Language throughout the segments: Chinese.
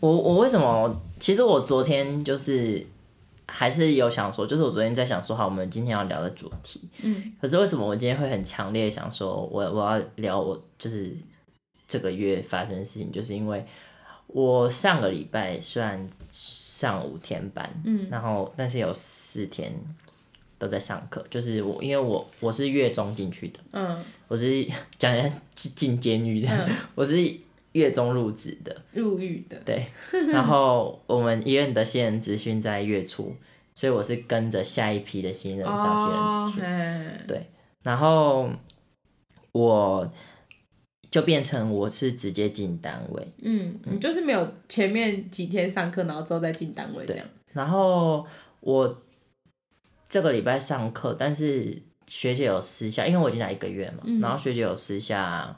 我我为什么？其实我昨天就是还是有想说，就是我昨天在想说，好，我们今天要聊的主题，嗯，可是为什么我今天会很强烈地想说我，我要聊我就是这个月发生的事情，就是因为我上个礼拜虽然上五天班，嗯，然后但是有四天都在上课，就是我因为我我是月中进去的，嗯，我是 讲人家进监狱的，嗯我是月中入职的，入狱的，对，然后我们医院的新人资讯在月初， 所以我是跟着下一批的新人上新人资哦，讯，嗯然后我就变成我是直接进单位，嗯，你就是没有前面几天上课，然后之后再进单位这样，然后我这个礼拜上课，但是学姐有私下，因为我已经来一个月嘛，嗯然后学姐有私下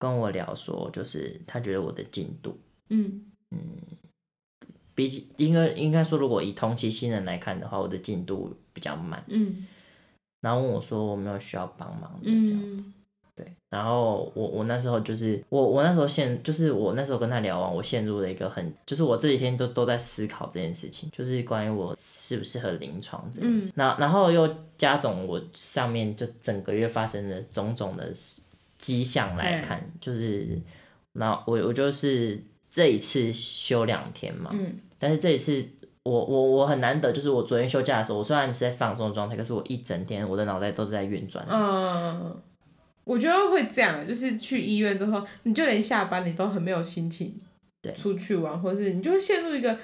跟我聊说，就是她觉得我的进度嗯比起应该应该说，如果以同期新人来看的话，我的进度比较慢。嗯然后问我说我没有需要帮忙的这样，嗯对。然后我我那时候就是我我那时候陷就是我那时候跟他聊完，我陷入了一个很就是我这几天都都在思考这件事情，就是关于我适不适合临床嗯这件事。然后然后又加总我上面就整个月发生的种种的事迹象来看，就是那我我就是这一次休两天嘛，嗯但是这一次我我我很难得，就是我昨天休假的时候，我虽然是在放松的状态，可是我一整天我的脑袋都是在运转。嗯，我觉得会这样，就是去医院之后，你就连下班你都很没有心情，对出去玩，或是你就会陷入一个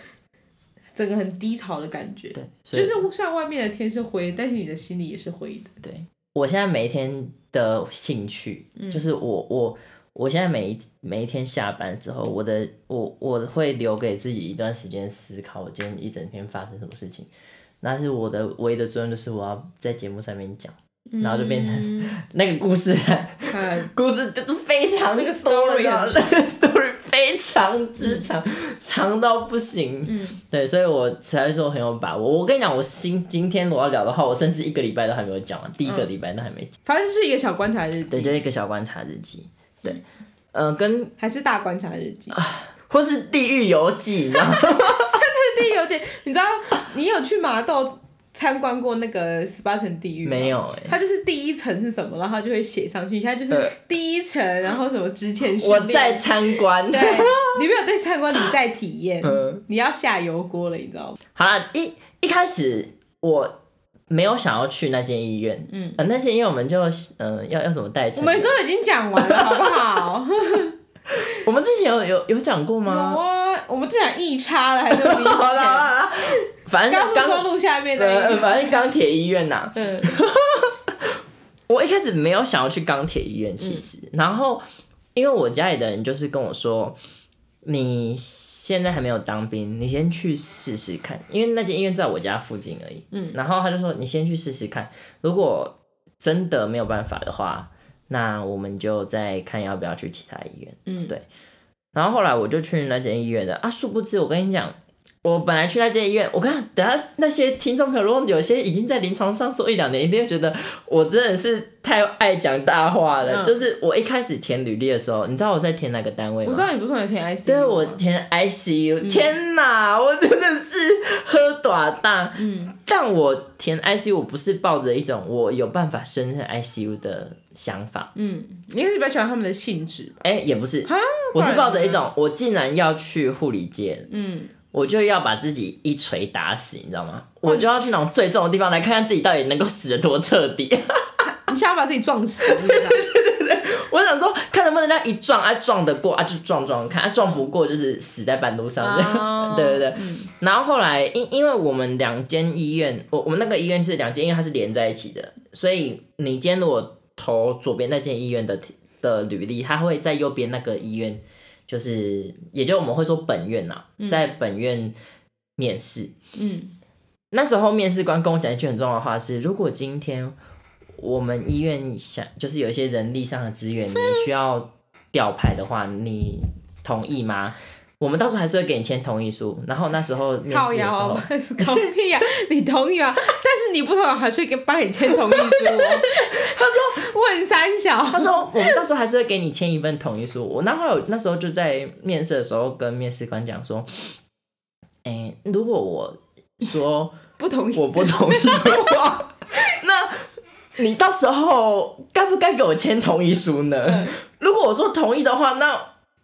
整个很低潮的感觉。对，所以、就是虽然外面的天是灰，但是你的心里也是灰的。对我现在每一天的兴趣，嗯就是我我我现在每一每一天下班之后，我的我我会留给自己一段时间思考，我今天一整天发生什么事情。那是我的唯一的作用，就是我要在节目上面讲 然后就变成嗯那个故事，看故事非常那个 story 啊，很那个 story 非常之长，长到不行。嗯，对，所以我才会说很有把握。我跟你讲，我今今天我要聊的话，我甚至一个礼拜都还没有讲完，第一个礼拜都还没讲。反正嗯就是一个小观察日对，记，就是一个小观察日记。对，呃，跟还是大观察日记。或是地狱游记，然 后地狱游记，你知道你有去麻豆参观过那个十八层地狱吗没？有哎、它就是第一层是什么，然后它就会写上去。你现在就是呃第一层，然后什么之前训我练在参观。对，你没有在参观，你在体验嗯，你要下油锅了，你知道吗？ 好啦，一一开始我没有想要去那间医院，嗯呃，那间医院我们就嗯、呃要要怎么带成员？我们都已经讲完了，好不 好？我们之前有有有讲过有吗？啊，我们就讲异差了，还是明显？好啦好啦，好啦反正高速就公钢路下面的呃一个，反正钢铁医院呐、嗯我一开始没有想要去钢铁医院，其实，然后因为我家里的人就是跟我说，你现在还没有当兵，你先去试试看，因为那间医院在我家附近而已。嗯，然后他就说，你先去试试看，如果真的没有办法的话，那我们就再看要不要去其他医院。嗯，对然后后来我就去那间医院的啊，殊不知我跟你讲，我本来去那间医院，我看等下那些听众朋友，如果有些已经在临床上做一两年，一定会觉得我真的是太爱讲大话了。嗯就是我一开始填履历的时候，你知道我在填哪个单位我吗知？道你嗯不是很填 IC，对，我填 ICU，、天哪，我真的是喝多大。嗯但我填 ICU，我不是抱着一种我有办法胜任 ICU 的想法，嗯，你应该是比较喜欢他们的性质吧？哎、也不是啊，我是抱着一不然种我竟然要去护理界，嗯，我就要把自己一锤打死，你知道吗？我就要去那种最重的地方来看看自己到底能够死得多彻底。 你想要把自己撞死，是不是啊？我想说，看能不能这样一撞啊，撞得过啊，就撞撞看，啊撞不过就是死在半路上。哦对对对。然后后来因因为我们两间医院，我我们那个医院是两间，因为它是连在一起的，所以你今天如果投左边那间医院的的履历，它会在右边那个医院，就是也就我们会说本院呐、在本院面试。嗯那时候面试官跟我讲一句很重要的话是：如果今天我们医院想就是有一些人力上的资源，你需要调派的话，你同意吗？我们到时候还是会给你签同意书，然后那时候面靠试呀的时候，， 搞屁呀、你同意啊？但是你不同意，我还是给帮你签同意书、哦。他说问三小，他说我们到时候还是会给你签一份同意书。我那后来那时候就在面试的时候跟面试官讲说，哎、如果我说不同意。 我不同意的话， 那你到时候该不该给我签同意书呢？嗯如果我说同意的话，那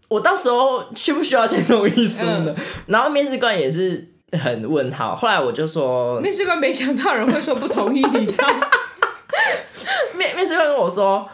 我到时候需不需要签同意书呢？然后面试官也是很问号。后来我就说，面试官没想到有人会说不同意，你知道吗？面面试官跟我说，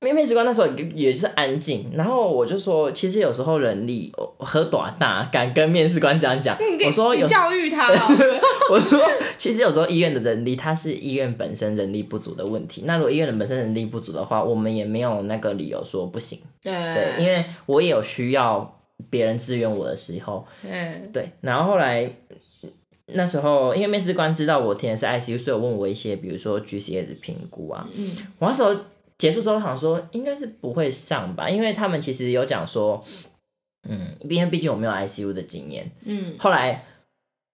面面试官那时候也也是安静，然后我就说，其实有时候人力我喝多大，敢跟面试官这样讲你，给我说你有时教育他哦。 我说，其实有时候医院的人力，它是医院本身人力不足的问题。那如果医院的本身人力不足的话，我们也没有那个理由说不行。对，因对，为我也有需要别人支援我的时候。嗯，对，然后后来那时候，因为面试官知道我填的是 ICU，所以有问我一些，比如说 GCS 评估啊。嗯。我那时候结束之后，想说应该是不会上吧，因为他们其实有讲说，嗯，因为毕竟我没有 ICU 的经验。嗯，后来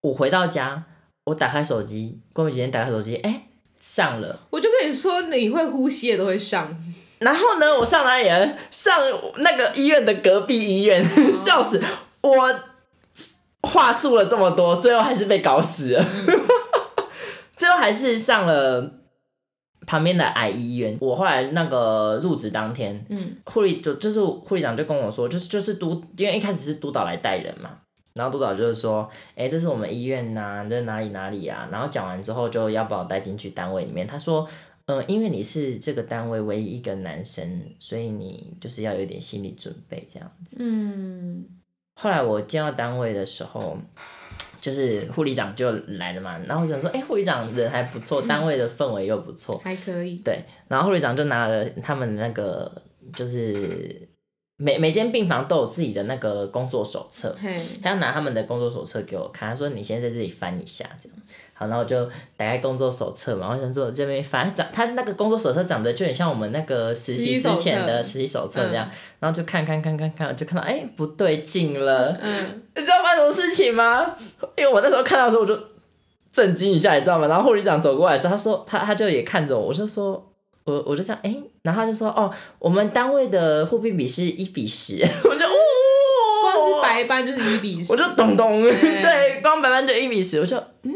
我回到家，我打开手机，过没几天打开手机，哎、上了。我就跟你说，你会呼吸的都会上。然后呢，我上哪里了？上那个医院的隔壁医院，笑死！我话术了这么多，最后还是被搞死了。 最后还是上了旁边的矮医院。我后来那个入职当天，嗯，护理就就是护理长就跟我说，就是就是督，因为一开始是督导来带人嘛，然后督导就是说，哎、这是我们医院呐、这是哪里哪里啊，然后讲完之后就要把我带进去单位里面，他说。嗯，因为你是这个单位唯一一个男生，所以你就是要有点心理准备这样。嗯，后来我进到单位的时候，就是护理长就来了嘛，然后我想说，哎、护理长人还不错，单位的氛围又不错，还可以。对，然后护理长就拿了他们那个，就是每每间病房都有自己的那个工作手册，嘿，他拿他们的工作手册给我看，他说你先在这里翻一下，这样。好，然后我就打开工作手册嘛，我想说我这边翻，长他那个工作手册长得就很像我们那个实实习习之手前册嗯的实习手册这样，然后就看看看看看，就看到哎、不对劲了，嗯，你知道发生什么事情吗？因为我那时候看到的时候我就震惊一下，你知道吗？然后护理长走过来的时候，他说他他就也看着我，我就说。我我就这样哎、然后他就说哦，我们单位的护病比是一比十， 我就呜，光是白班就是一比十，我就咚咚，对对，光白班就一比十，我就嗯，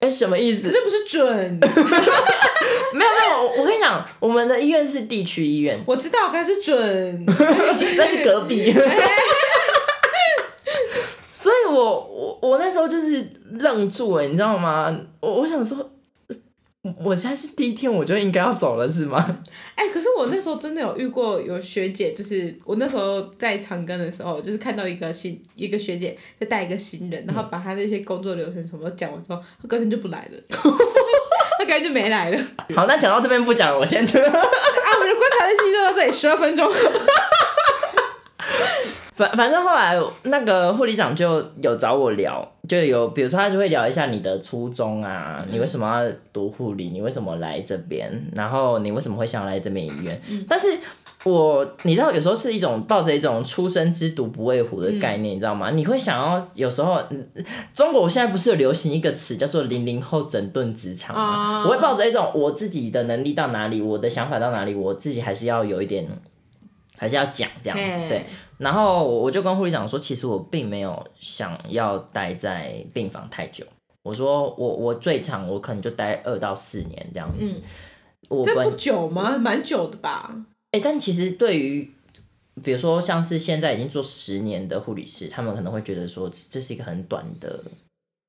哎、什么意思？这不是准，没有没有，我我跟你讲，我们的医院是地区医院，我知道该 是准。那是隔壁。 所以我我我那时候就是愣住了，你知道吗？我我想说，我我现在是第一天，我就应该要走了是吗？哎、可是我那时候真的有遇过有学姐，就是我那时候在长庚的时候，就是看到一个新一个学姐在带一个新人，然嗯后把她那些工作流程什么都讲完之后，她隔天就不来了， 她隔天就没来了。啊，好，那讲到这边不讲了，我先。我们的观察日期就到这里，十二分钟。反反正后来那个护理长就有找我聊，就有比如说他就会聊一下你的初衷啊，你为什么要读护理，你为什么来这边，然后你为什么会想要来这边医院。但是我你知道，有时候是一种抱着一种“初生之犊不畏虎”的概念，你知道吗？你会想要有时候，嗯中国现在不是有流行一个词叫做“零零后整顿职场”吗？哦我会抱着一种我自己的能力到哪里，我的想法到哪里，我自己还是要有一点，还是要讲这样子，嘿对。然后我就跟护理长说，其实我并没有想要待在病房太久。我说我我最长我可能就待二到四年这样子。嗯我这本不久吗？蛮久的吧。哎、但其实对于比如说像是现在已经做十年的护理师，他们可能会觉得说这是一个很短的，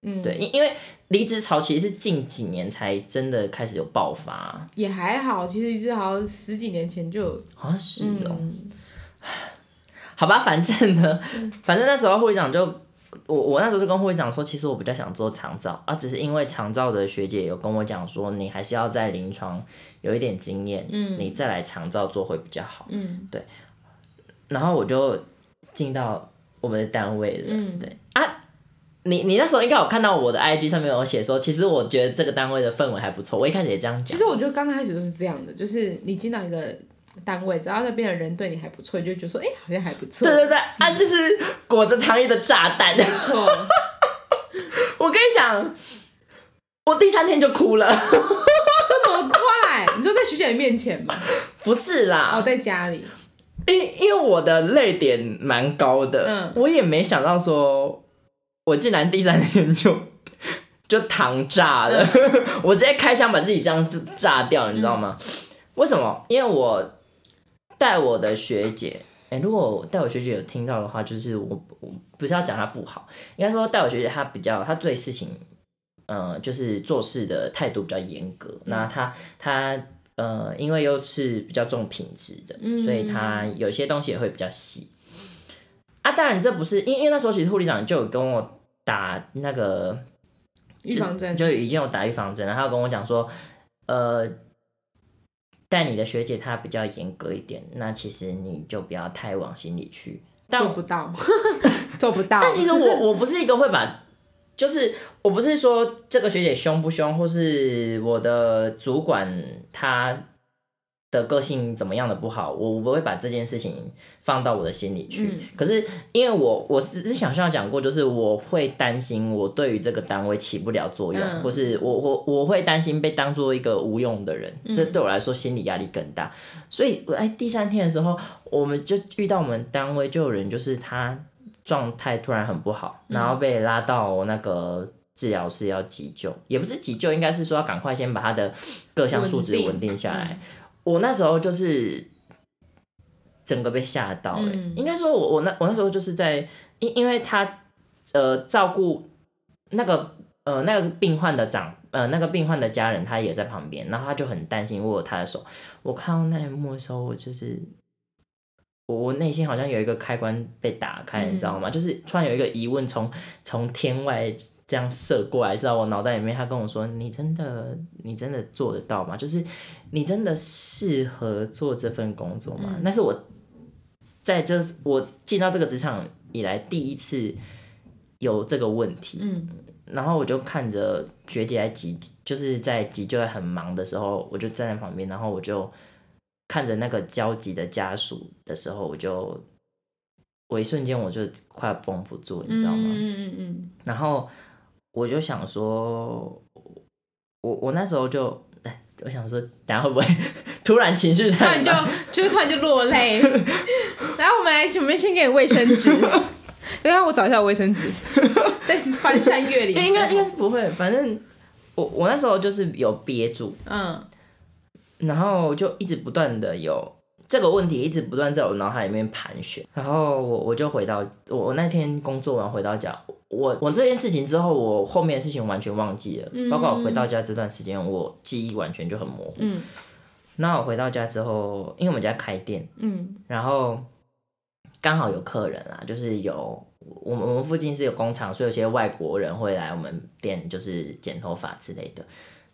嗯，对，，因因为离职潮其实是近几年才真的开始有爆发，也还好，其实至少十几年前就有。好像是哦、嗯，好吧，反正呢，反正那时候护理长就我我那时候就跟护理长说，其实我比较想做长照啊，只是因为长照的学姐有跟我讲说，你还是要在临床有一点经验，嗯你再来长照做会比较好。嗯，然后我就进到我们的单位了，嗯对啊。你你那时候应该有看到我的 IG 上面有写说，其实我觉得这个单位的氛围还不错，我一开始也这样其讲。实我觉得刚开始都是这样的，就是你进到一个单位，只要那边的人对你还不错，你就觉得说，哎、好像还不错对，对对，啊，就是裹着糖衣的炸弹。 不错，我跟你讲，我第三天就哭了。 这么快，你就在学姐面前嘛？不是哦，啦，在家里，因因为我的泪点蛮高的，嗯我也没想到说，我竟然第三天就 就糖炸了， 我直接开枪把自己这样就炸掉，你知道吗？为什么？因为我带我的学姐。哎、如果我带我学姐有听到的话，就是我我不是要讲她不好，应该说带我学姐她比较，她对事情，呃，就是做事的态度比较严格。那她她呃，因为又是比较重品质的，嗯所以她有些东西也会比较细。啊，当然这不是因为因为那时候其实护理长就有跟我打那个预防针，就已经有打预防针了，他有跟我讲说，呃，但你的学姐她比较严格一点，那其实你就不要太往心里去。但做不到， 做不到。但其实我我不是一个会把，就是我不是说这个学姐凶不凶，或是我的主管他的个性怎么样的不好，我我不会把这件事情放到我的心里去。嗯可是因为我我是之前好像讲过，就是我会担心我对于这个单位起不了作用，嗯或是我我我会担心被当做一个无用的人，嗯这对我来说心理压力更大。所以哎，第三天的时候，我们就遇到我们单位就有人，就是他状态突然很不好，然后被拉到那个治疗室要急救，也不是急救，应该是说要赶快先把他的各项数值稳定稳定下来。我那时候就是整个被吓到了、嗯应该说我我那我那时候就是在因因为他呃照顾那个呃那个病患的长呃那个病患的家人，他也在旁边，然后他就很担心握他的手。我看到那一幕的时候，我就是我我内心好像有一个开关被打开，嗯你知道吗？就是突然有一个疑问从从天外这样射过来，是到我脑袋里面。他跟我说：“你真的你真的做得到吗？就是你真的适合做这份工作吗？”嗯那是我在这我进到这个职场以来第一次有这个问题。嗯，然后我就看着学姐在急，就是在急救在很忙的时候，我就站在旁边，然后我就看着那个焦急的家属的时候，我就我一瞬间我就快绷不住，你知道吗？嗯嗯 嗯然后我就想说，我我那时候就，哎，我想说，等下会不 会突然情绪突太然就 满就是突然就落 泪。然后我们来，我们先给你卫生纸。等一下我找一下卫生 纸，在翻山越岭。应该应该是不会，反正我我那时候就是有憋住，嗯然后就一直不断的有这个问题，一直不断在我脑海里面盘旋。然后我我就回到我我那天工作完回到家，我我这件事情之后，我后面的事情完全忘记了，包括我回到家这段时间，我记忆完全就很模糊。嗯那我回到家之后，因为我们家开店，嗯然后刚好有客人啊，就是有我们我们附近是有工厂，所以有些外国人会来我们店就是剪头发之类的。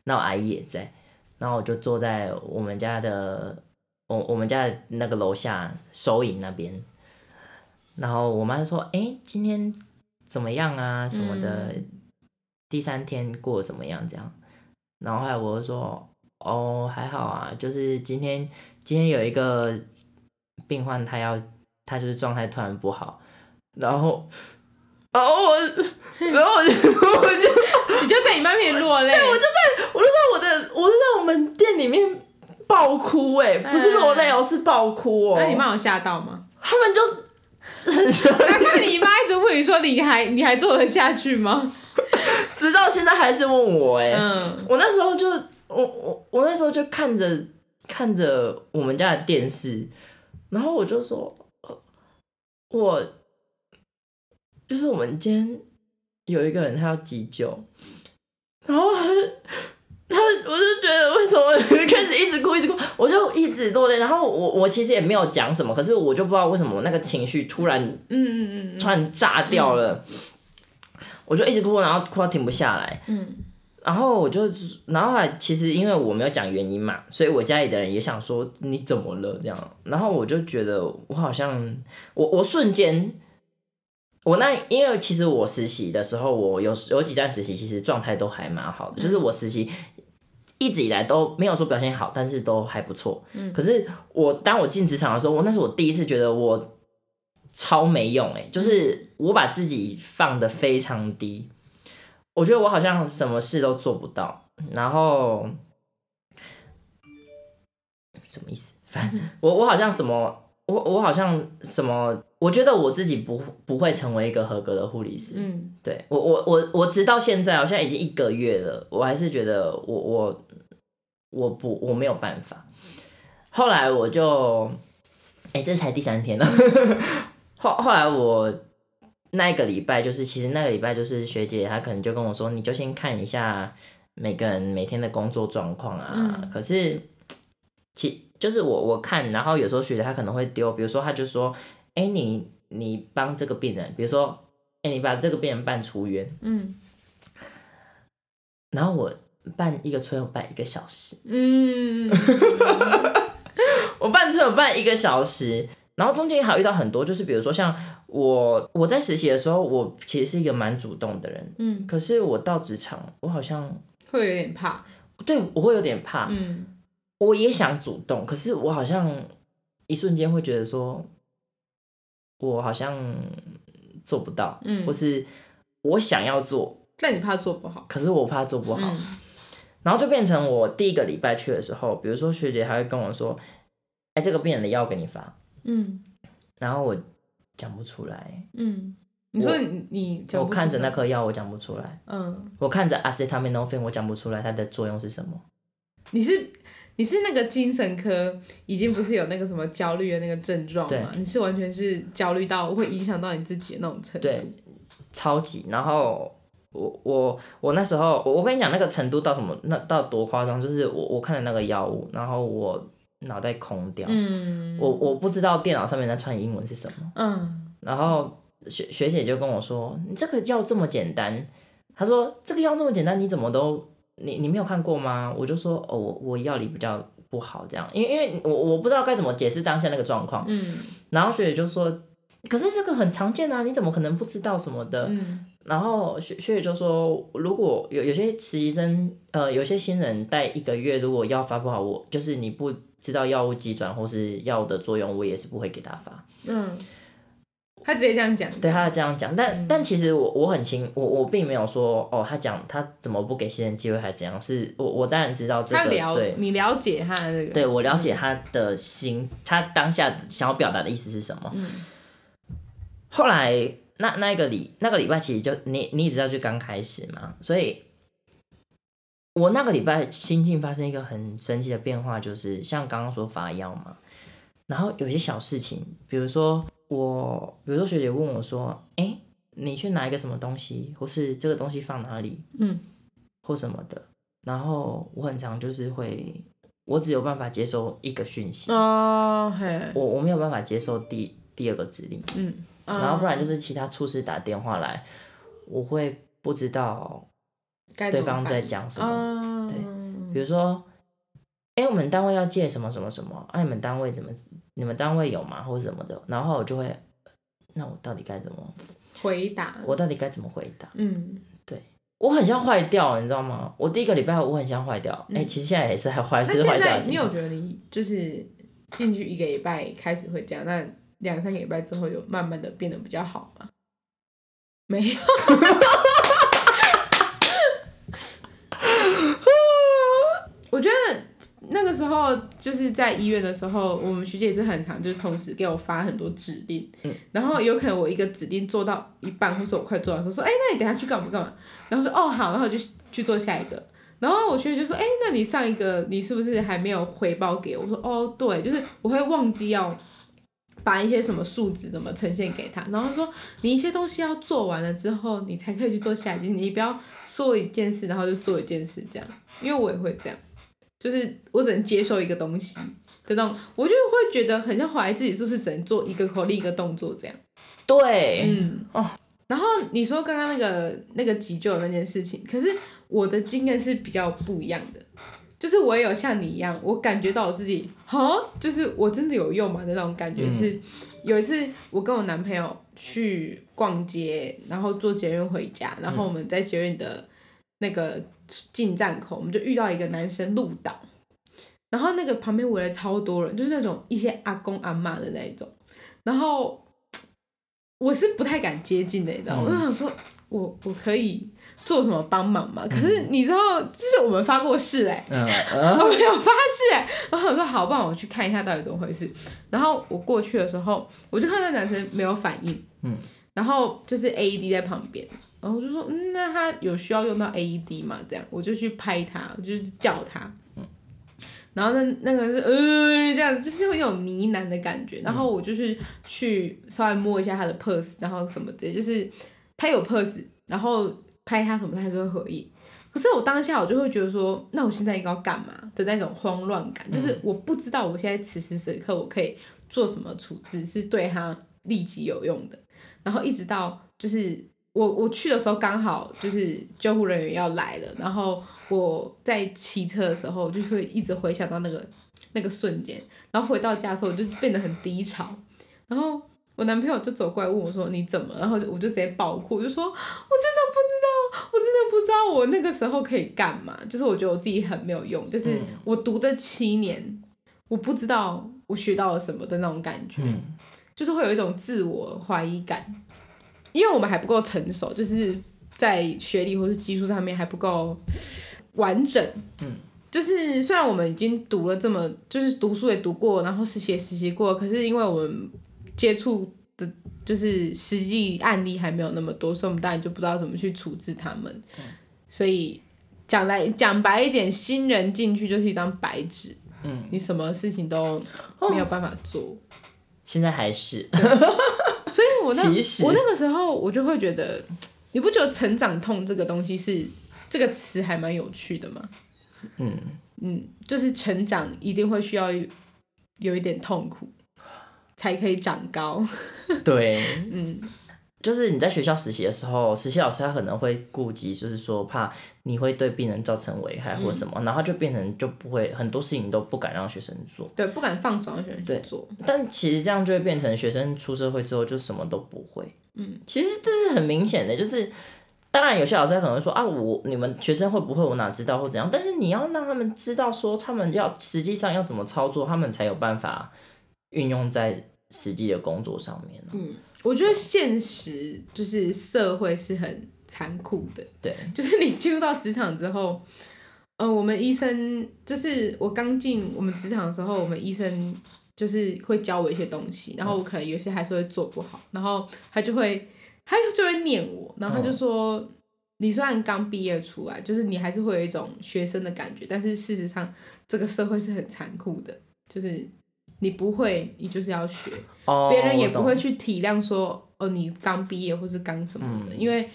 那我阿姨也在，然后我就坐在我们家的我我们家的那个楼下收银那边，然后我妈就说：“哎、今天怎么样啊？什么的，第三天过得怎么样？这样。”然后后来我就说：“哦，还好啊，就是今天今天有一个病患他要他就是状态突然不好，然后然后我然后我就我就你就在你妈面落泪。我就在我的我就在我们店里面爆哭哎、不是落泪哦，是爆哭哦、那你妈有吓到吗？他们就 很生难怪你妈一直问你说你还你还做得下去吗？直到现在还是问我哎、嗯我那时候就我我我那时候就看着看着我们家的电视，然后我就说，呃我就是我们今天有一个人他要急救，然后 他他我就觉得为什么开始一直哭一直哭，我就一直落泪，然后我我其实也没有讲什么，可是我就不知道为什么我那个情绪突然嗯嗯嗯突然炸掉了，我就一直哭，然后哭到停不下来。嗯然后我就，然后后来其实因为我没有讲原因嘛，所以我家里的人也想说你怎么了这样，然后我就觉得我好像，我我瞬间，我那因为其实我实习的时候，我有有几站实习其实状态都还蛮好的，就是我实习一一直以来都没有说表现好，但是都还不错。嗯，可是我当我进职场的时候，我那是我第一次觉得我超没用哎、就是我把自己放的非常低，我觉得我好像什么事都做不到，然后什么意思？反正我我好像什么。我我好像什么，我觉得我自己不不会成为一个合格的护理师，嗯，对我我我我直到现在，我现在已经一个月了，我还是觉得我我我不我没有办法。后来我就，哎、这才第三天了。 后后来我那一个礼拜，就是其实那个礼拜就是学姐她可能就跟我说，你就先看一下每个人每天的工作状况啊。嗯可是其就是我我看，然后有时候学姐她可能会丢，比如说她就说，哎、你你帮这个病人，比如说哎、你把这个病人办出院，嗯然后我办一个村有办一个小时，嗯，我办村有办一个小时，然后中间还遇到很多，就是比如说像我我在实习的时候，我其实是一个蛮主动的人，嗯，可是我到职场，我好像会有点怕，对我会有点怕，嗯我也想主动，可是我好像一瞬间会觉得说，我好像做不到，嗯或，是我想要做，但你怕做不好，可是我怕做不好。嗯然后就变成我第一个礼拜去的时候，比如说学姐还会跟我说：“哎、这个病人的药给你发。嗯”然后我讲不出来，嗯，你说你你讲我不看着出那来，颗药我讲不出来，嗯，我看着 acetaminophen 我讲不出来它的作用是什么。你是你是那个精神科已经不是有那个什么焦虑的那个症状吗？你是完全是焦虑到会影响到你自己的那种程度，对，超级。然后我我我那时候，我我跟你讲那个程度到什么，那到多夸张，就是我我看了那个药物，然后我脑袋空掉，嗯，我我不知道电脑上面在传英文是什么。嗯然后学学姐就跟我说：“你这个药这么简单？”她说：“这个药这么简单，你怎么都你你没有看过吗？”我就说：“哦，我我药理比较不好，这样，因为因为我我不知道该怎么解释当下那个状况。嗯”然后学姐就说：“可是这个很常见啊，你怎么可能不知道什么的？”嗯然后学学姐就说：“如果有有些实习生，呃，有些新人带一个月，如果药发不好，我就是你不知道药物机转或是药的作用，我也是不会给他发。”嗯，他直接这样讲，对，他这样讲，但、嗯但其实我我很清，我我并没有说哦，他讲他怎么不给新人机会还怎样，是我我当然知道这他个，了对你了解嗯他的这个，对，我了解他的心，他当下想要表达的意思是什么。嗯后来那那一个礼那个礼拜其实就你你也知道就刚开始嘛，所以我那个礼拜心境发生一个很神奇的变化，就是像刚刚说发药嘛，然后有些小事情，比如说我，比如说学姐问我说，哎、你去拿一个什么东西，或是这个东西放哪里，嗯或什么的，然后我很常就是会，我只有办法接收一个讯息，哦嘿，我我没有办法接收第第二个指令。嗯，然后不然就是是其他处室打电话来，我会不知道嗯对方在讲什么。啊，对比如说，哎、我们单位要借什么什么什么，啊，你们单位怎么，你们单位有吗，或者什么的，然后我就会，那我到底该怎么，回答，我到底该怎么回答？嗯我很像坏掉，你知道吗？我第一个礼拜我很像坏掉，哎、嗯其实现在也是还坏，那是现坏掉在的情你况。有觉得你就是进去一个礼拜开始会这样，那两三个礼拜之后有慢慢的变得比较好吗？没有， 我觉得那个时候就是在医院的时候，我们学姐也是很常就是同时给我发很多指令，嗯然后有可能我一个指令做到一半，或是我快做完的时候说，哎、那你等一下去干嘛干嘛，然后说哦好，然后我就去做下一个，然后我学姐就说：“哎、那你上一个你是不是还没有回报给我？”我说：“哦，对，就是我会忘记要把一些什么数值怎么呈现给他。”然后说：“你一些东西要做完了之后，你才可以去做下一件，你不要说一件事然后就做一件事这样。”因为我也会这样，就是我只能接受一个东西的那种，我就会觉得很像怀疑自己是不是只能做一个口令一个动作这样。对，嗯哦。然后你说刚刚那个那个急救的那件事情，可是我的经验是比较不一样的，就是我也有像你一样，我感觉到我自己哈，就是我真的有用吗的那种感觉嗯是。有一次我跟我男朋友去逛街，然后坐捷运回家，然后我们在捷运的那个进站口，我们就遇到一个男生路倒，然后那个旁边围了超多人，就是那种一些阿公阿妈的那一种，然后我是不太敢接近的，你知道嗯吗？我就想说，我我可以做什么帮忙吗？可是你知道，就是我们发过誓哎、嗯我呃没有发誓、欸，然后我说好，不然我去看一下到底怎么回事。然后我过去的时候，我就看那男生没有反应，嗯，然后就是 AED 在旁边，然后我就说，嗯，那他有需要用到 AED 吗？这样，我就去拍他，我就叫他，然后那那个是呃这样，就是会有种呢喃的感觉。然后我就是去稍微摸一下他的 purse，然后什么之类，就是他有 purse，然后拍他什么，他还是会合影。可是我当下我就会觉得说，那我现在应该要干嘛的那种慌乱感，就是我不知道我现在此时此刻我可以做什么处置是对他立即有用的。然后一直到就是我我去的时候刚好就是救护人员要来了，然后我在骑车的时候就会一直回想到那个那个瞬间，然后回到家的时候我就变得很低潮，然后我男朋友就走过来问我说你怎么，然后我就直接爆哭，我就说我真的不知道，我真的不知道我那个时候可以干嘛，就是我觉得我自己很没有用，就是嗯我读的七年，我不知道我学到了什么的那种感觉，嗯就是会有一种自我怀疑感，因为我们还不够成熟，就是在学历或是技术上面还不够完整。嗯，就是虽然我们已经读了这么，就是读书也读过，然后实习也实习过，可是因为我们接触的，就是实际案例还没有那么多，所以我们当然就不知道怎么去处置他们。嗯所以讲来讲白一点，新人进去就是一张白纸，嗯，哦你什么事情都没有办法做。现在还是所以我那 其实我那个时候我就会觉得，你不觉得成长痛这个东西是这个词还蛮有趣的吗？嗯嗯，就是成长一定会需要有一点痛苦，才可以长高。 对，嗯就是你在学校实习的时候，实习老师他可能会顾及，就是说怕你会对病人造成危害或什么，嗯然后就变成就不会很多事情都不敢让学生做。对，不敢放手让学生去对做。但其实这样就会变成学生出社会之后就什么都不会。嗯，其实这是很明显的，就是当然有些老师他可能会说啊，我你们学生会不会我哪知道或怎样，但是你要让他们知道说他们要实际上要怎么操作，他们才有办法运用在实际的工作上面、啊。嗯，我觉得现实就是社会是很残酷的，对， 就是你进入到职场之后，呃，我们医生就是我刚进我们职场的时候，我们医生就是会教我一些东西，然后我可能有些还是会做不好，然后他就会他就会念我，然后他就说。你虽然刚毕业出来，就是你还是会有一种学生的感觉，但是事实上，这个社会是很残酷的，就是你不会，你就是要学，哦，别人也我懂不会去体谅说，哦，你刚毕业或是刚什么的，嗯因为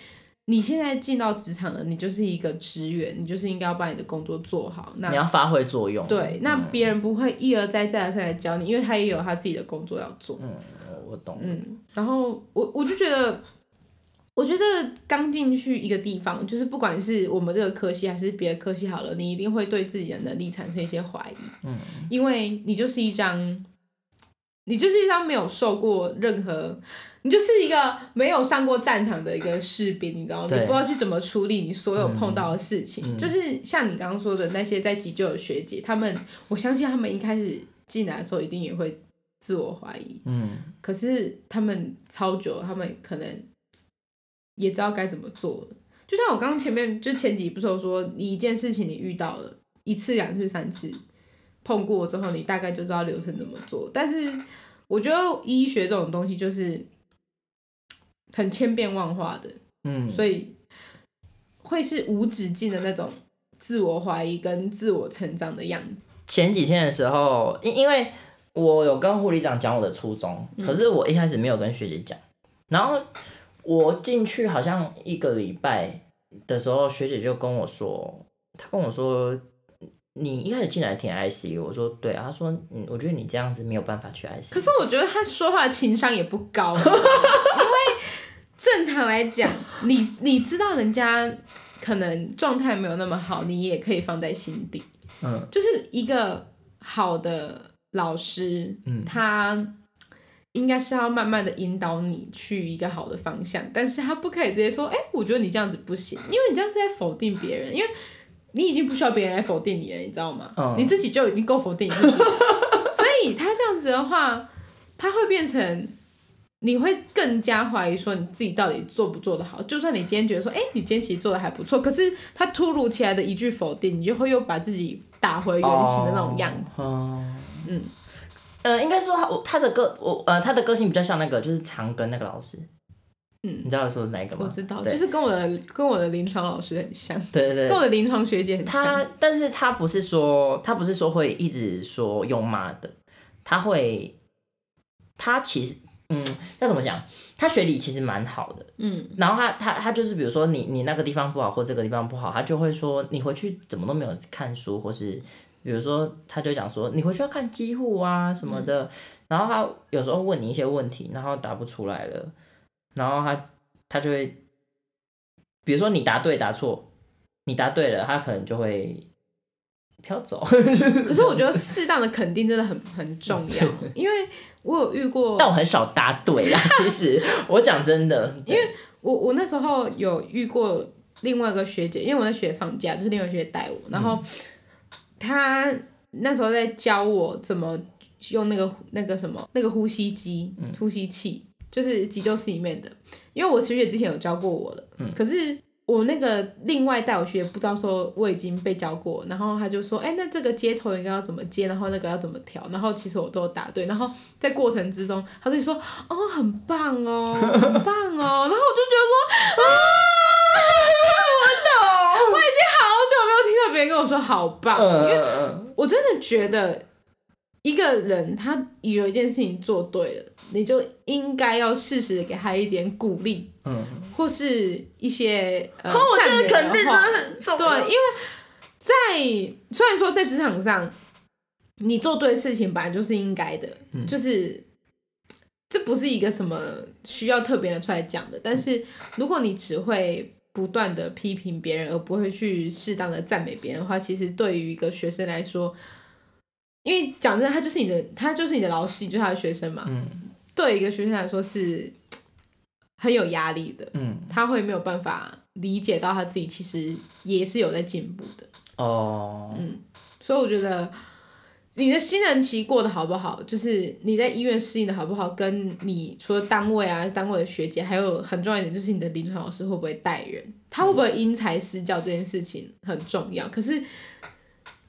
你现在进到职场了，你就是一个职员，你就是应该要把你的工作做好。你那要发挥作用。对，那嗯别人不会一而再再而三来教你，因为他也有他自己的工作要做。嗯，我我懂。嗯，然后我我就觉得，我觉得刚进去一个地方，就是不管是我们这个科系还是别的科系好了，你一定会对自己的能力产生一些怀疑，嗯，因为你就是一张，你就是一张没有受过任何，你就是一个没有上过战场的一个士兵，你知道吗？你对不知道去怎么处理你所有碰到的事情，嗯嗯就是像你刚刚说的那些在急救的学姐，他们，我相信他们一开始进来的时候一定也会自我怀疑，嗯，可是他们超久，他们可能呃也知道该怎么做了。就像我刚刚前面就前几不是有说，你一件事情你遇到了一次、两次、三次，碰过之后，你大概就知道流程怎么做。但是我觉得医学这种东西就是很千变万化的，嗯，所以会是无止境的那种自我怀疑跟自我成长的样子。前几天的时候，因因为我有跟护理长讲我的初衷，嗯可是我一开始没有跟学姐讲。然后我进去好像一个礼拜的时候，学姐就跟我说，她跟我说，你一开始进来填 ICU，我说对啊，她说嗯，我觉得你这样子没有办法去 ICU。可是我觉得他说话的情商也不高，因为正常来讲，你你知道人家可能状态没有那么好，你也可以放在心底。嗯就是一个好的老师，嗯他应该是要慢慢的引导你去一个好的方向，但是他不可以直接说，哎、我觉得你这样子不行，因为你这样是在否定别人，因为你已经不需要别人来否定你了，你知道吗？嗯你自己就已经够否定你自己，所以他这样子的话，他会变成。你会更加怀疑说你自己到底做不做得好。就算你今天觉得说，哎、你今天其实做的还不错，可是他突如其来的一句否定，你就会又把自己打回原形的那种样子。子。哦嗯，呃，应该说他我他的个我呃他的个性比较像那个就是长庚那个老师，嗯你知道我说的是哪一个吗？我知道，对就是跟我的跟我的临床老师很像，对对跟对，我的临床学姐很像。他但是他不是说他不是说会一直说用骂的，他会他其实嗯要怎么讲？他学理其实蛮好的，嗯然后他他他就是比如说你你那个地方不好或这个地方不好，他就会说你回去怎么都没有看书，或是比如说他就讲说你回去要看机户啊什么的，然后他有时候问你一些问题，然后答不出来了，然后他他就会，比如说你答对答错，你答对了，他可能就会飘走， 嗯可是我觉得适当的肯定真的很很重 要，因为我有遇过，但我很少答 对啦，其实我讲真的，因为我我那时候有遇过另外一个学姐，因为我那学姐放假，就是另外一个学姐带我，然后她那时候在教我怎么用那个那个什么那个呼吸机、呼吸器，就是急救室里面的，因为我学姐之前有教过我了，可是。我那个另外带我学姐不知道说我已经被教过，然后她就说，哎、那这个接头应该要怎么接，然后那个要怎么调，然后其实我都有答对，然后在过程之中，她就说，哦，很棒哦，很棒哦，然后我就觉得说，啊 我已经好久没有听到别人跟我说好棒，因为呃，我真的觉得一个人他有一件事情做对了，你就应该要适时的给他一点鼓励，嗯，或是一些呃哦，我赞觉得美的肯定真话的很重对要，，因为在虽然说在职场上，你做对事情本来就是应该的，嗯就是这不是一个什么需要特别的出来讲的。但是如果你只会不断的批评别人，而不会去适当的赞美别人的话，其实对于一个学生来说，因为讲真的，他就是你的，他就是你的老师，你就是他的学生嘛。嗯对一个学生来说是很有压力的。嗯。他会没有办法理解到他自己其实也是有在进步的，哦，所以我觉得你的新人期过得好不好，就是你在医院适应的好不好，跟你除了单位啊、单位的学姐，还有很重要一点就是你的临床老师会不会带人，他会不会因材施教这件事情很重要。可是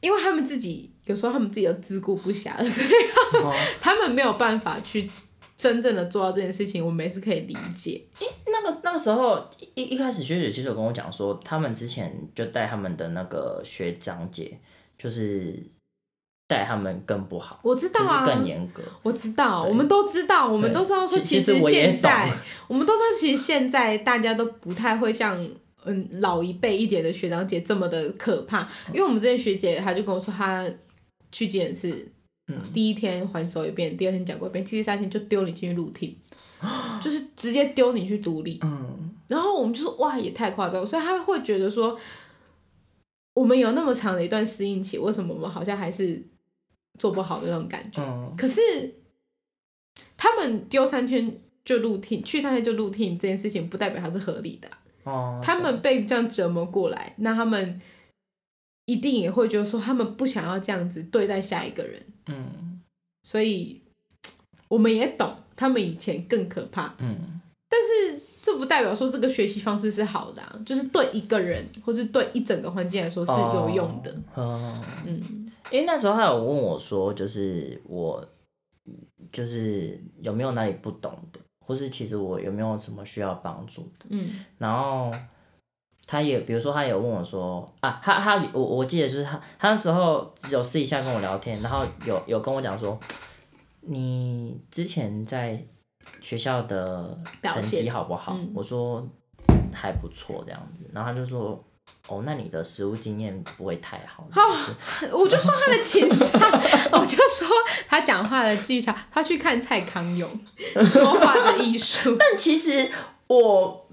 因为他们自己有时候他们自己都自顾不暇 了，所以哦他们没有办法去真正的做到这件事情，我们也是可以理解。 那个那个时候一一开始学姐其实有跟我讲说，他们之前就带他们的那个学长姐，就是带他们更不好，我知道就啊，是更严格。我知道，对我们都知道，我们都知道说，其其实实我也现在 懂我们都知道，其实现在大家都不太会像嗯老一辈一点的学长姐这么的可怕，因为我们之前学姐她就跟我说，她去急诊室，嗯第一天还手一遍，第二天讲过一遍，第三天就丢你进去 入听，就是直接丢你去独立，嗯，然后我们就说哇，也太夸张，所以他会觉得说，我们有那么长的一段适应期，为什么我们好像还是做不好的那种感觉？嗯，可是他们丢三天就入听，去三天就入听这件事情，不代表它是合理的啊、哦，他们被这样折磨过来，那他们一定也会觉得说，他们不想要这样子对待下一个人，嗯所以嗯我们也懂他们以前更可怕，嗯但是。这不代表说这个学习方式是好的、啊，就是对一个人或是对一整个环境来说是有用的。哦，嗯，因为那时候还有问我说，就是我就是有没有哪里不懂的，或是其实我有没有什么需要帮助的。嗯，然后他也，比如说他有问我说啊，他他我我记得就是他他那时候有私底下跟我聊天，然后有有跟我讲说，你之前在学校的表成现绩好不好？嗯我说还不错这样子，然后他就说。哦，那你的实务经验不会太 好。我就说他的情商，我就说他讲话的技巧，他去看蔡康永说话的艺术。但其实我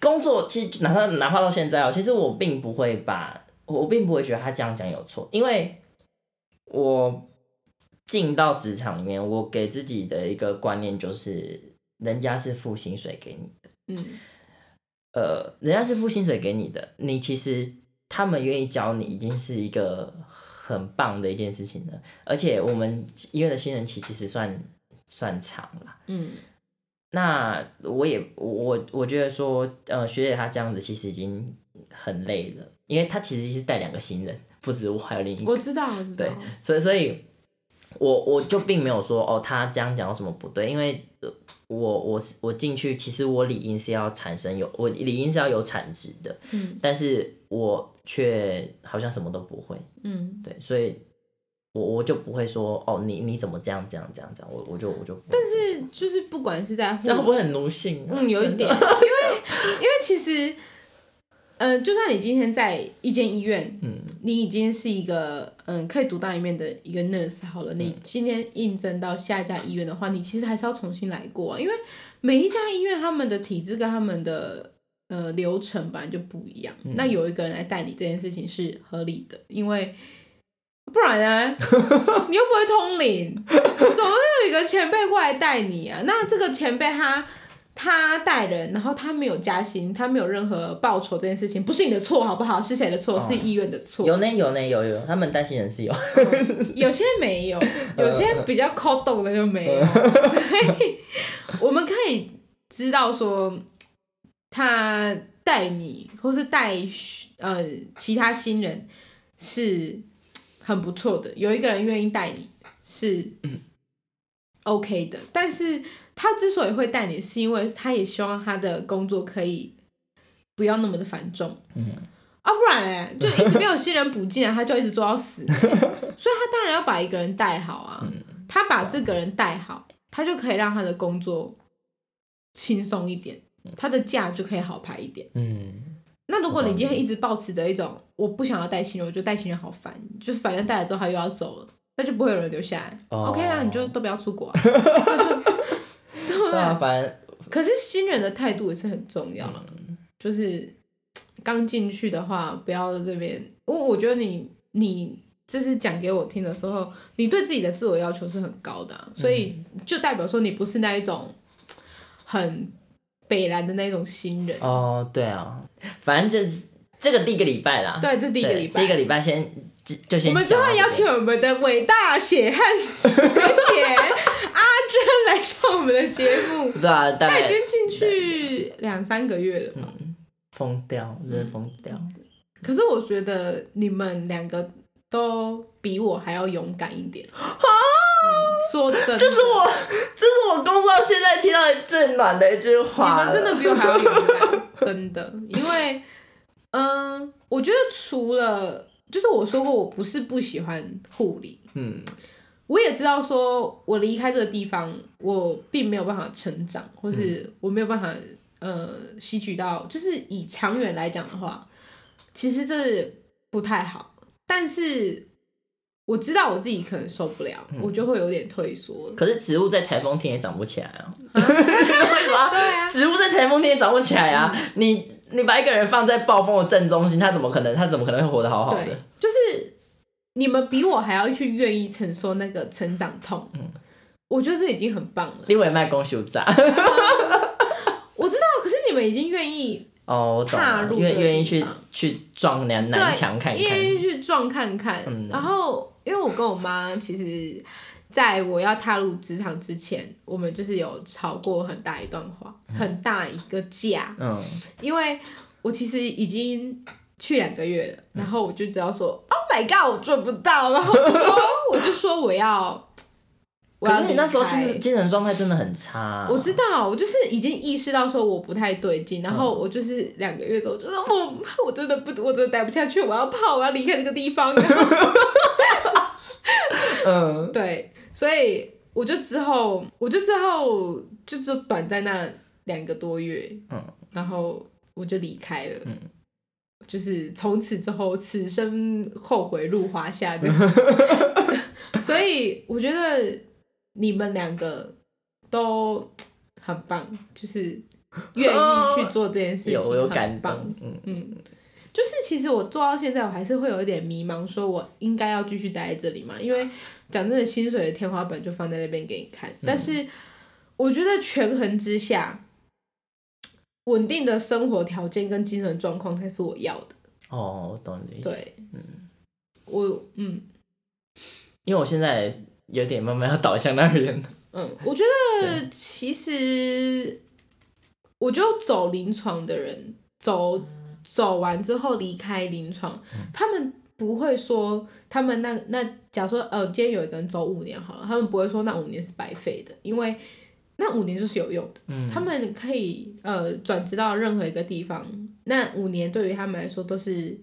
工作，其实哪怕哪怕到现在哦，其实我并不会把，我并不会觉得他这样讲有错，因为我进到职场里面，我给自己的一个观念就是，人家是付薪水给你，嗯呃，人家是付薪水给你的，你其实他们愿意教你，已经是一个很棒的一件事情了。而且我们医院的新人期其实算算长啦，嗯那我也我我我觉得说，呃，学姐她这样子其实已经很累了，因为她其实是带两个新人，不止我，还有另一个我。知道我知嗯道对，所以所以，我我就并没有说哦，他这样讲有什么不对，因为呃我我是我进去，其实我理应是要产生有我理应是要有产值的，嗯但是我却好像什么都不会，嗯，对，所以我我就不会说哦，你你怎么这样这样这样这样，我我就我就不会但是就是不管是在护 这样会不会很奴性、啊？嗯，有一真的点，因 为因为其实，呃，就算你今天在一间医院，嗯，你已经是一个嗯可以独当一面的一个 nurse 好了，你今天应征到下一家医院的话，你其实还是要重新来过、啊，因为每一家医院他们的体制跟他们的呃流程本来就不一样，那有一个人来带你这件事情是合理的，因为。不然呢？ 你又不会通灵，总会有一个前辈过来带你啊。那这个前辈他他带人，然后他没有加薪，他没有任何报酬，这件事情不是你的错，好不好？是谁的错？是医院的错。有呢有呢有有，他们担心人是有，有些没有，有些比较抠懂的就没有，所以 我们可以知道说，他带你或是带呃其他新人是很不错的，有一个人愿意带你是 OK 的，但是他之所以会带你，是因为他也希望他的工作可以不要那么的繁重。嗯啊，不然嘞，就一 直没有新人补进来，他就一直做到死，所以他当然要把一个人带好啊。嗯他把这个人带好，他就可以让他的工作轻松一点，他的假就可以好排一点。嗯，那如果你今天一直保持着一种我不想要带新人，我觉得带新人好烦，就反正带了之后他又要走了，那就不会有人留下来。哦 OK 啊，你就都不要出国、啊。对不对啊，对？反正可是新人的态度也是很重要啊就是刚进去的话，不要在这边，因为我觉得你你这是讲给我听的时候，你对自己的自我要求是很高的啊、嗯所以就代表说你不是那一种很北然的那种新人。哦，对啊，反正这是这个第一个礼拜啦，对，这是第一个对礼拜，第一个礼拜先就就先我们就讲到要邀这请边我们的伟大血汗学姐阿珍来上我们的节目。对啊，大她已概嗯经进去两三个月了吧？疯掉，真的疯掉。嗯可是我觉得你们两个都比我还要勇敢一点。啊、说真的，这是我这是我工作到现在听到最暖的一句你话们真的比我还要勇敢，真的。因为，嗯、我觉得除了就是我说过，我不是不喜欢护理，嗯我也知道说我离开这个地方，我并没有办法成长，或嗯是我没有办法呃吸取到，就是以长远来讲的话，其实这不太好。但是我知道我自己可能受不了，嗯我就会有点退缩。可是植物在台风天也长不起来啊！ 为什么 对啊，植物在台风天也长不起来啊？你你把一个人放在暴风的正中心，他怎么可能？他怎么可能会活得好好对的？，就是你们比我还要去愿意承受那个成长痛，嗯我觉得这已经很棒了。因为卖公修渣我知道，可是你们已经愿意哦，我懂踏了，入这愿个愿意地去方去撞南南墙看一看，愿意去撞看看。嗯然后，因为我跟我妈其实，在我要踏入职场之前，我们就是有吵过很大一段话，很大一个架，嗯，因为我其实已经。去两个月了，然后我就知道说、o 嗯 h my god，我做不到。”然后我就说：“ 我就说我要，我可要是你那时候离开心精神状态真的很差啊、嗯我知道，我就是已经意识到说我不太对劲，然后我就是两个月之后，就是我我真的不，我真的待不下去，我要跑，我要离开这个地方。然后 嗯，对，所以我就之后，我就之后就就短暂那两个多月，嗯，然后我就离开了，嗯，就是从此之后，此生后悔入华夏这 样。所以我觉得你们两个都很 棒，就是愿意去做这件事情，有我有很感棒动，嗯。嗯，就是其实我做到现在，我还是会有一点迷茫，说我应该要继续待在这里嘛？因为讲真的，薪水的天花板就放在那边给你看，但是我觉得权衡之下，稳定的生活条件跟精神状况才是我要的。哦，我懂你的意思。嗯对，我嗯因为我现在有点慢慢要倒向那边。嗯，我觉得其实，我觉得走临床的人走走完之后离开临床，他们不会说他们那那，假如说呃，今天有一个人走五年好了，他们不会说那五年是白费的，因为那五年就是有用的。嗯，他们可以呃转职到任何一个地方，那五年对于他们来说都是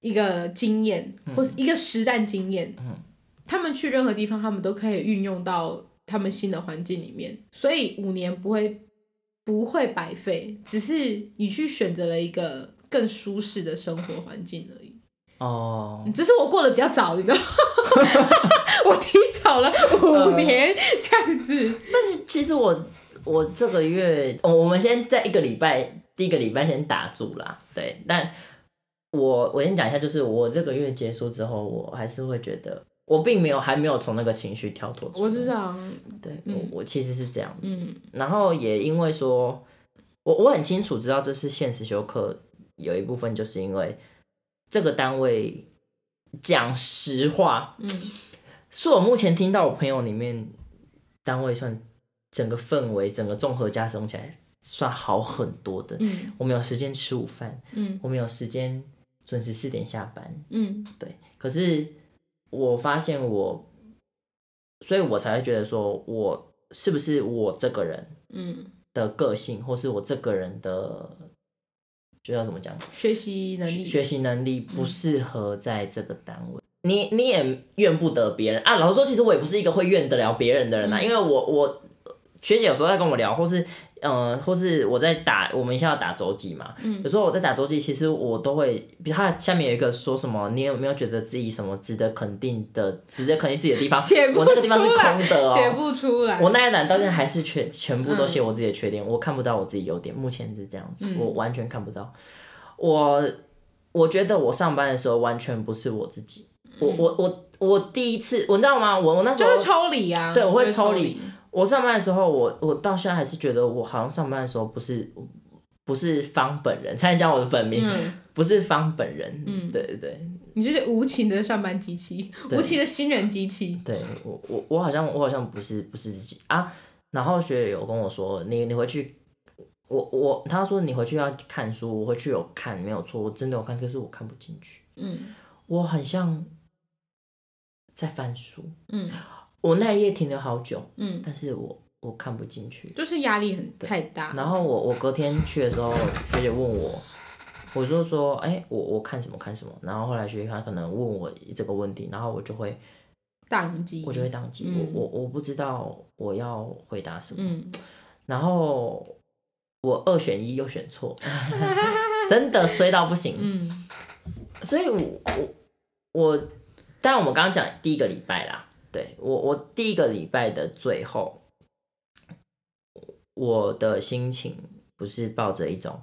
一个经验，或是一个实战经验。嗯他们去任何地方，他们都可以运用到他们新的环境里面，所以五年不会不会白费，只是你去选择了一个更舒适的生活环境而已。哦，只是我过得比较早，你知道吗， 我提早了呃五年、这样子。但是其实我我这个月，哦我们先在一个礼拜，第一个礼拜先打住啦。对，但我我先讲一下，就是我这个月结束之后，我还是会觉得我并没有还没有从那个情绪跳脱出来。我知道，对，我我其实是这样子。嗯。然后也因为说，我我很清楚知道这是现实休克，有一部分就是因为这个单位讲实话，嗯是我目前听到我朋友里面单位算整个氛围、整个综合加总起来算好很多的。嗯我们有时间吃午饭，嗯我们有时间准时四点下班，嗯对，可是我发现我，所以我才会觉得说我是不是我这个人嗯，的个性，或是我这个人的，就要怎么讲，学习能力，学习能力不适合在这个单位。你你也怨不得别人啊。老实说，其实我也不是一个会怨得了别人的人啊，嗯因为我我学姐有时候在跟我聊，或是呃，或是我在打，我们现在要打周记嘛，嗯有时候我在打周记，其实我都会，比如他下面有一个说什么，你有没有觉得自己什么值得肯定的，值得肯定自己的地方？ 写不我那个地方是出来空的哦，写不出来。我那一栏到现在还是全全部嗯都写我自己的缺点，我看不到我自己优点，目前是这样子，我完全看不到。我我觉得我上班的时候完全不是我自己，我我我我第一次，我你知道吗？我我那时嗯就候会抽离啊，对我会就抽抽离离，我上班的时候，我我到现在还是觉得我好像上班的时候不是不是方本人， 差点讲我的本名，嗯，不是方本人，嗯，对对对。你就是无情的上班机器，对无情的新人机器，对我我我好像我好像不是不是自己啊。然后学姐有跟我说，你你回去，我我她说你回去要看书，我回去有看没有错，我真的有看，可是我看不进去，嗯我很像在翻书，嗯我那一页停留好久，嗯，但是我我看不进去。就是压力很太大，然后我我隔天去的时候，学姐问我，我就说，哎、我我看什么看什么。然后后来学姐她可能问我这个问题，然后我就会宕机，我就会宕机，嗯我我我不知道我要回答什么。嗯，然后我二选一又选 错，真的衰到不行。嗯所以我，我我当然我们刚刚讲第一个礼拜啦，对我我第一个礼拜的最后，我的心情不是抱着一种，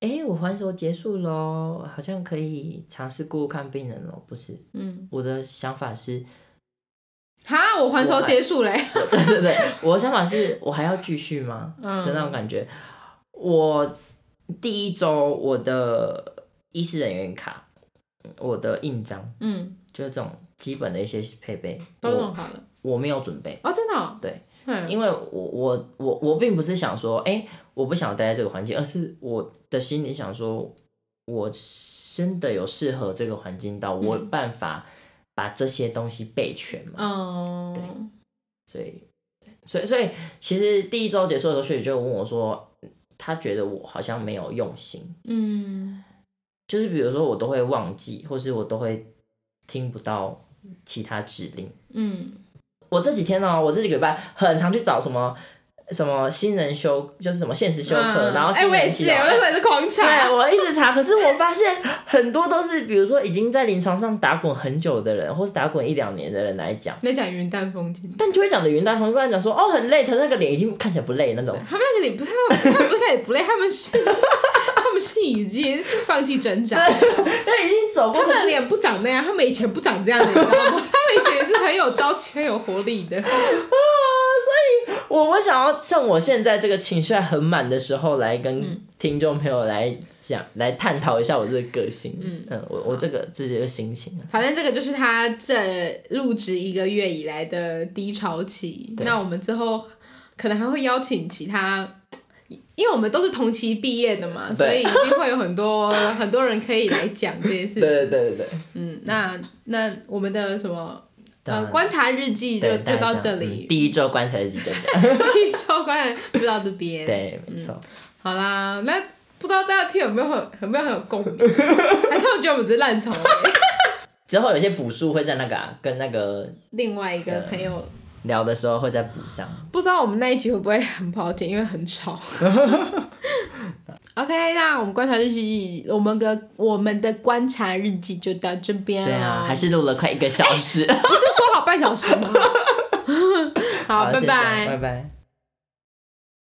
哎，我还手结束喽，好像可以尝试过看病人喽，不是，嗯，我的想法是，哈，我还手我结束嘞， 对对对，我的想法是我还要继续吗？的那嗯种感觉。我第一周我的医师人员卡，我的印章，嗯，就是这种基本的一些配备，都我弄好了，我没有准备，哦，真的哦，对嗯，因为我我我我并不是想说，哎、我不想待在这个环境，而是我的心里想说，我真的有适合这个环境到我有办法把这些东西备全嘛，哦，对所以，所以，所以，其实第一周结束的时候，学姐就问我说，她觉得我好像没有用心，嗯就是比如说我都会忘记，或是我都会听不到其他指令。嗯我这几天呢、我这几个礼拜很常去找什么什么新人休，就是什么现实休克，嗯然后哎，新我也人是，期我那时候也是狂查，对，啊我一直查，可是我发现很多都是，比如说已经在临床上打滚很久的人，或是打滚一两年的人来讲，在讲云淡风轻。但就会讲的云淡风轻，不然讲说哦很累，可是那个脸已经看起来不累那种。他们那个脸不是他们，他们不是也不累，他们是 他们们是已经放弃挣扎，那已经走过，他可们的是脸不长那样，他们以前不长这样的，你知道吗？ 他们以前也是很有朝气、很有活力的。我我想要趁我现在这个情绪还很满的时候，来嗯跟听众朋友来讲，来探讨一下我这个个性，嗯我我这个自己的心情啊，反正这个就是他这入职一个月以来的低潮期。那我们之后可能还会邀请其他，因为我们都是同期毕业的嘛，对所以一定会有很多很多人可以来讲这件事对对对情。对对，嗯，那那我们的什么当呃然观察日记就啊对大就家到这这样嗯里，第一周观察日 记就这样， 一周观察就到这边。对，没错，好啦，那不知道大家听有没有很有没有很有 共鸣？还是我觉得我们是烂草莓？之后有些补数会在那个、啊、跟那个另外一个朋友聊的时候会再补上，不知道我们那一集会不会很不好剪，因为 很吵。OK，那我们观察日记，我们的我们的观察日记就到这边了。对啊，还是录了快一个小时， 不是说好半小时吗？好好，拜谢谢大家拜拜。拜。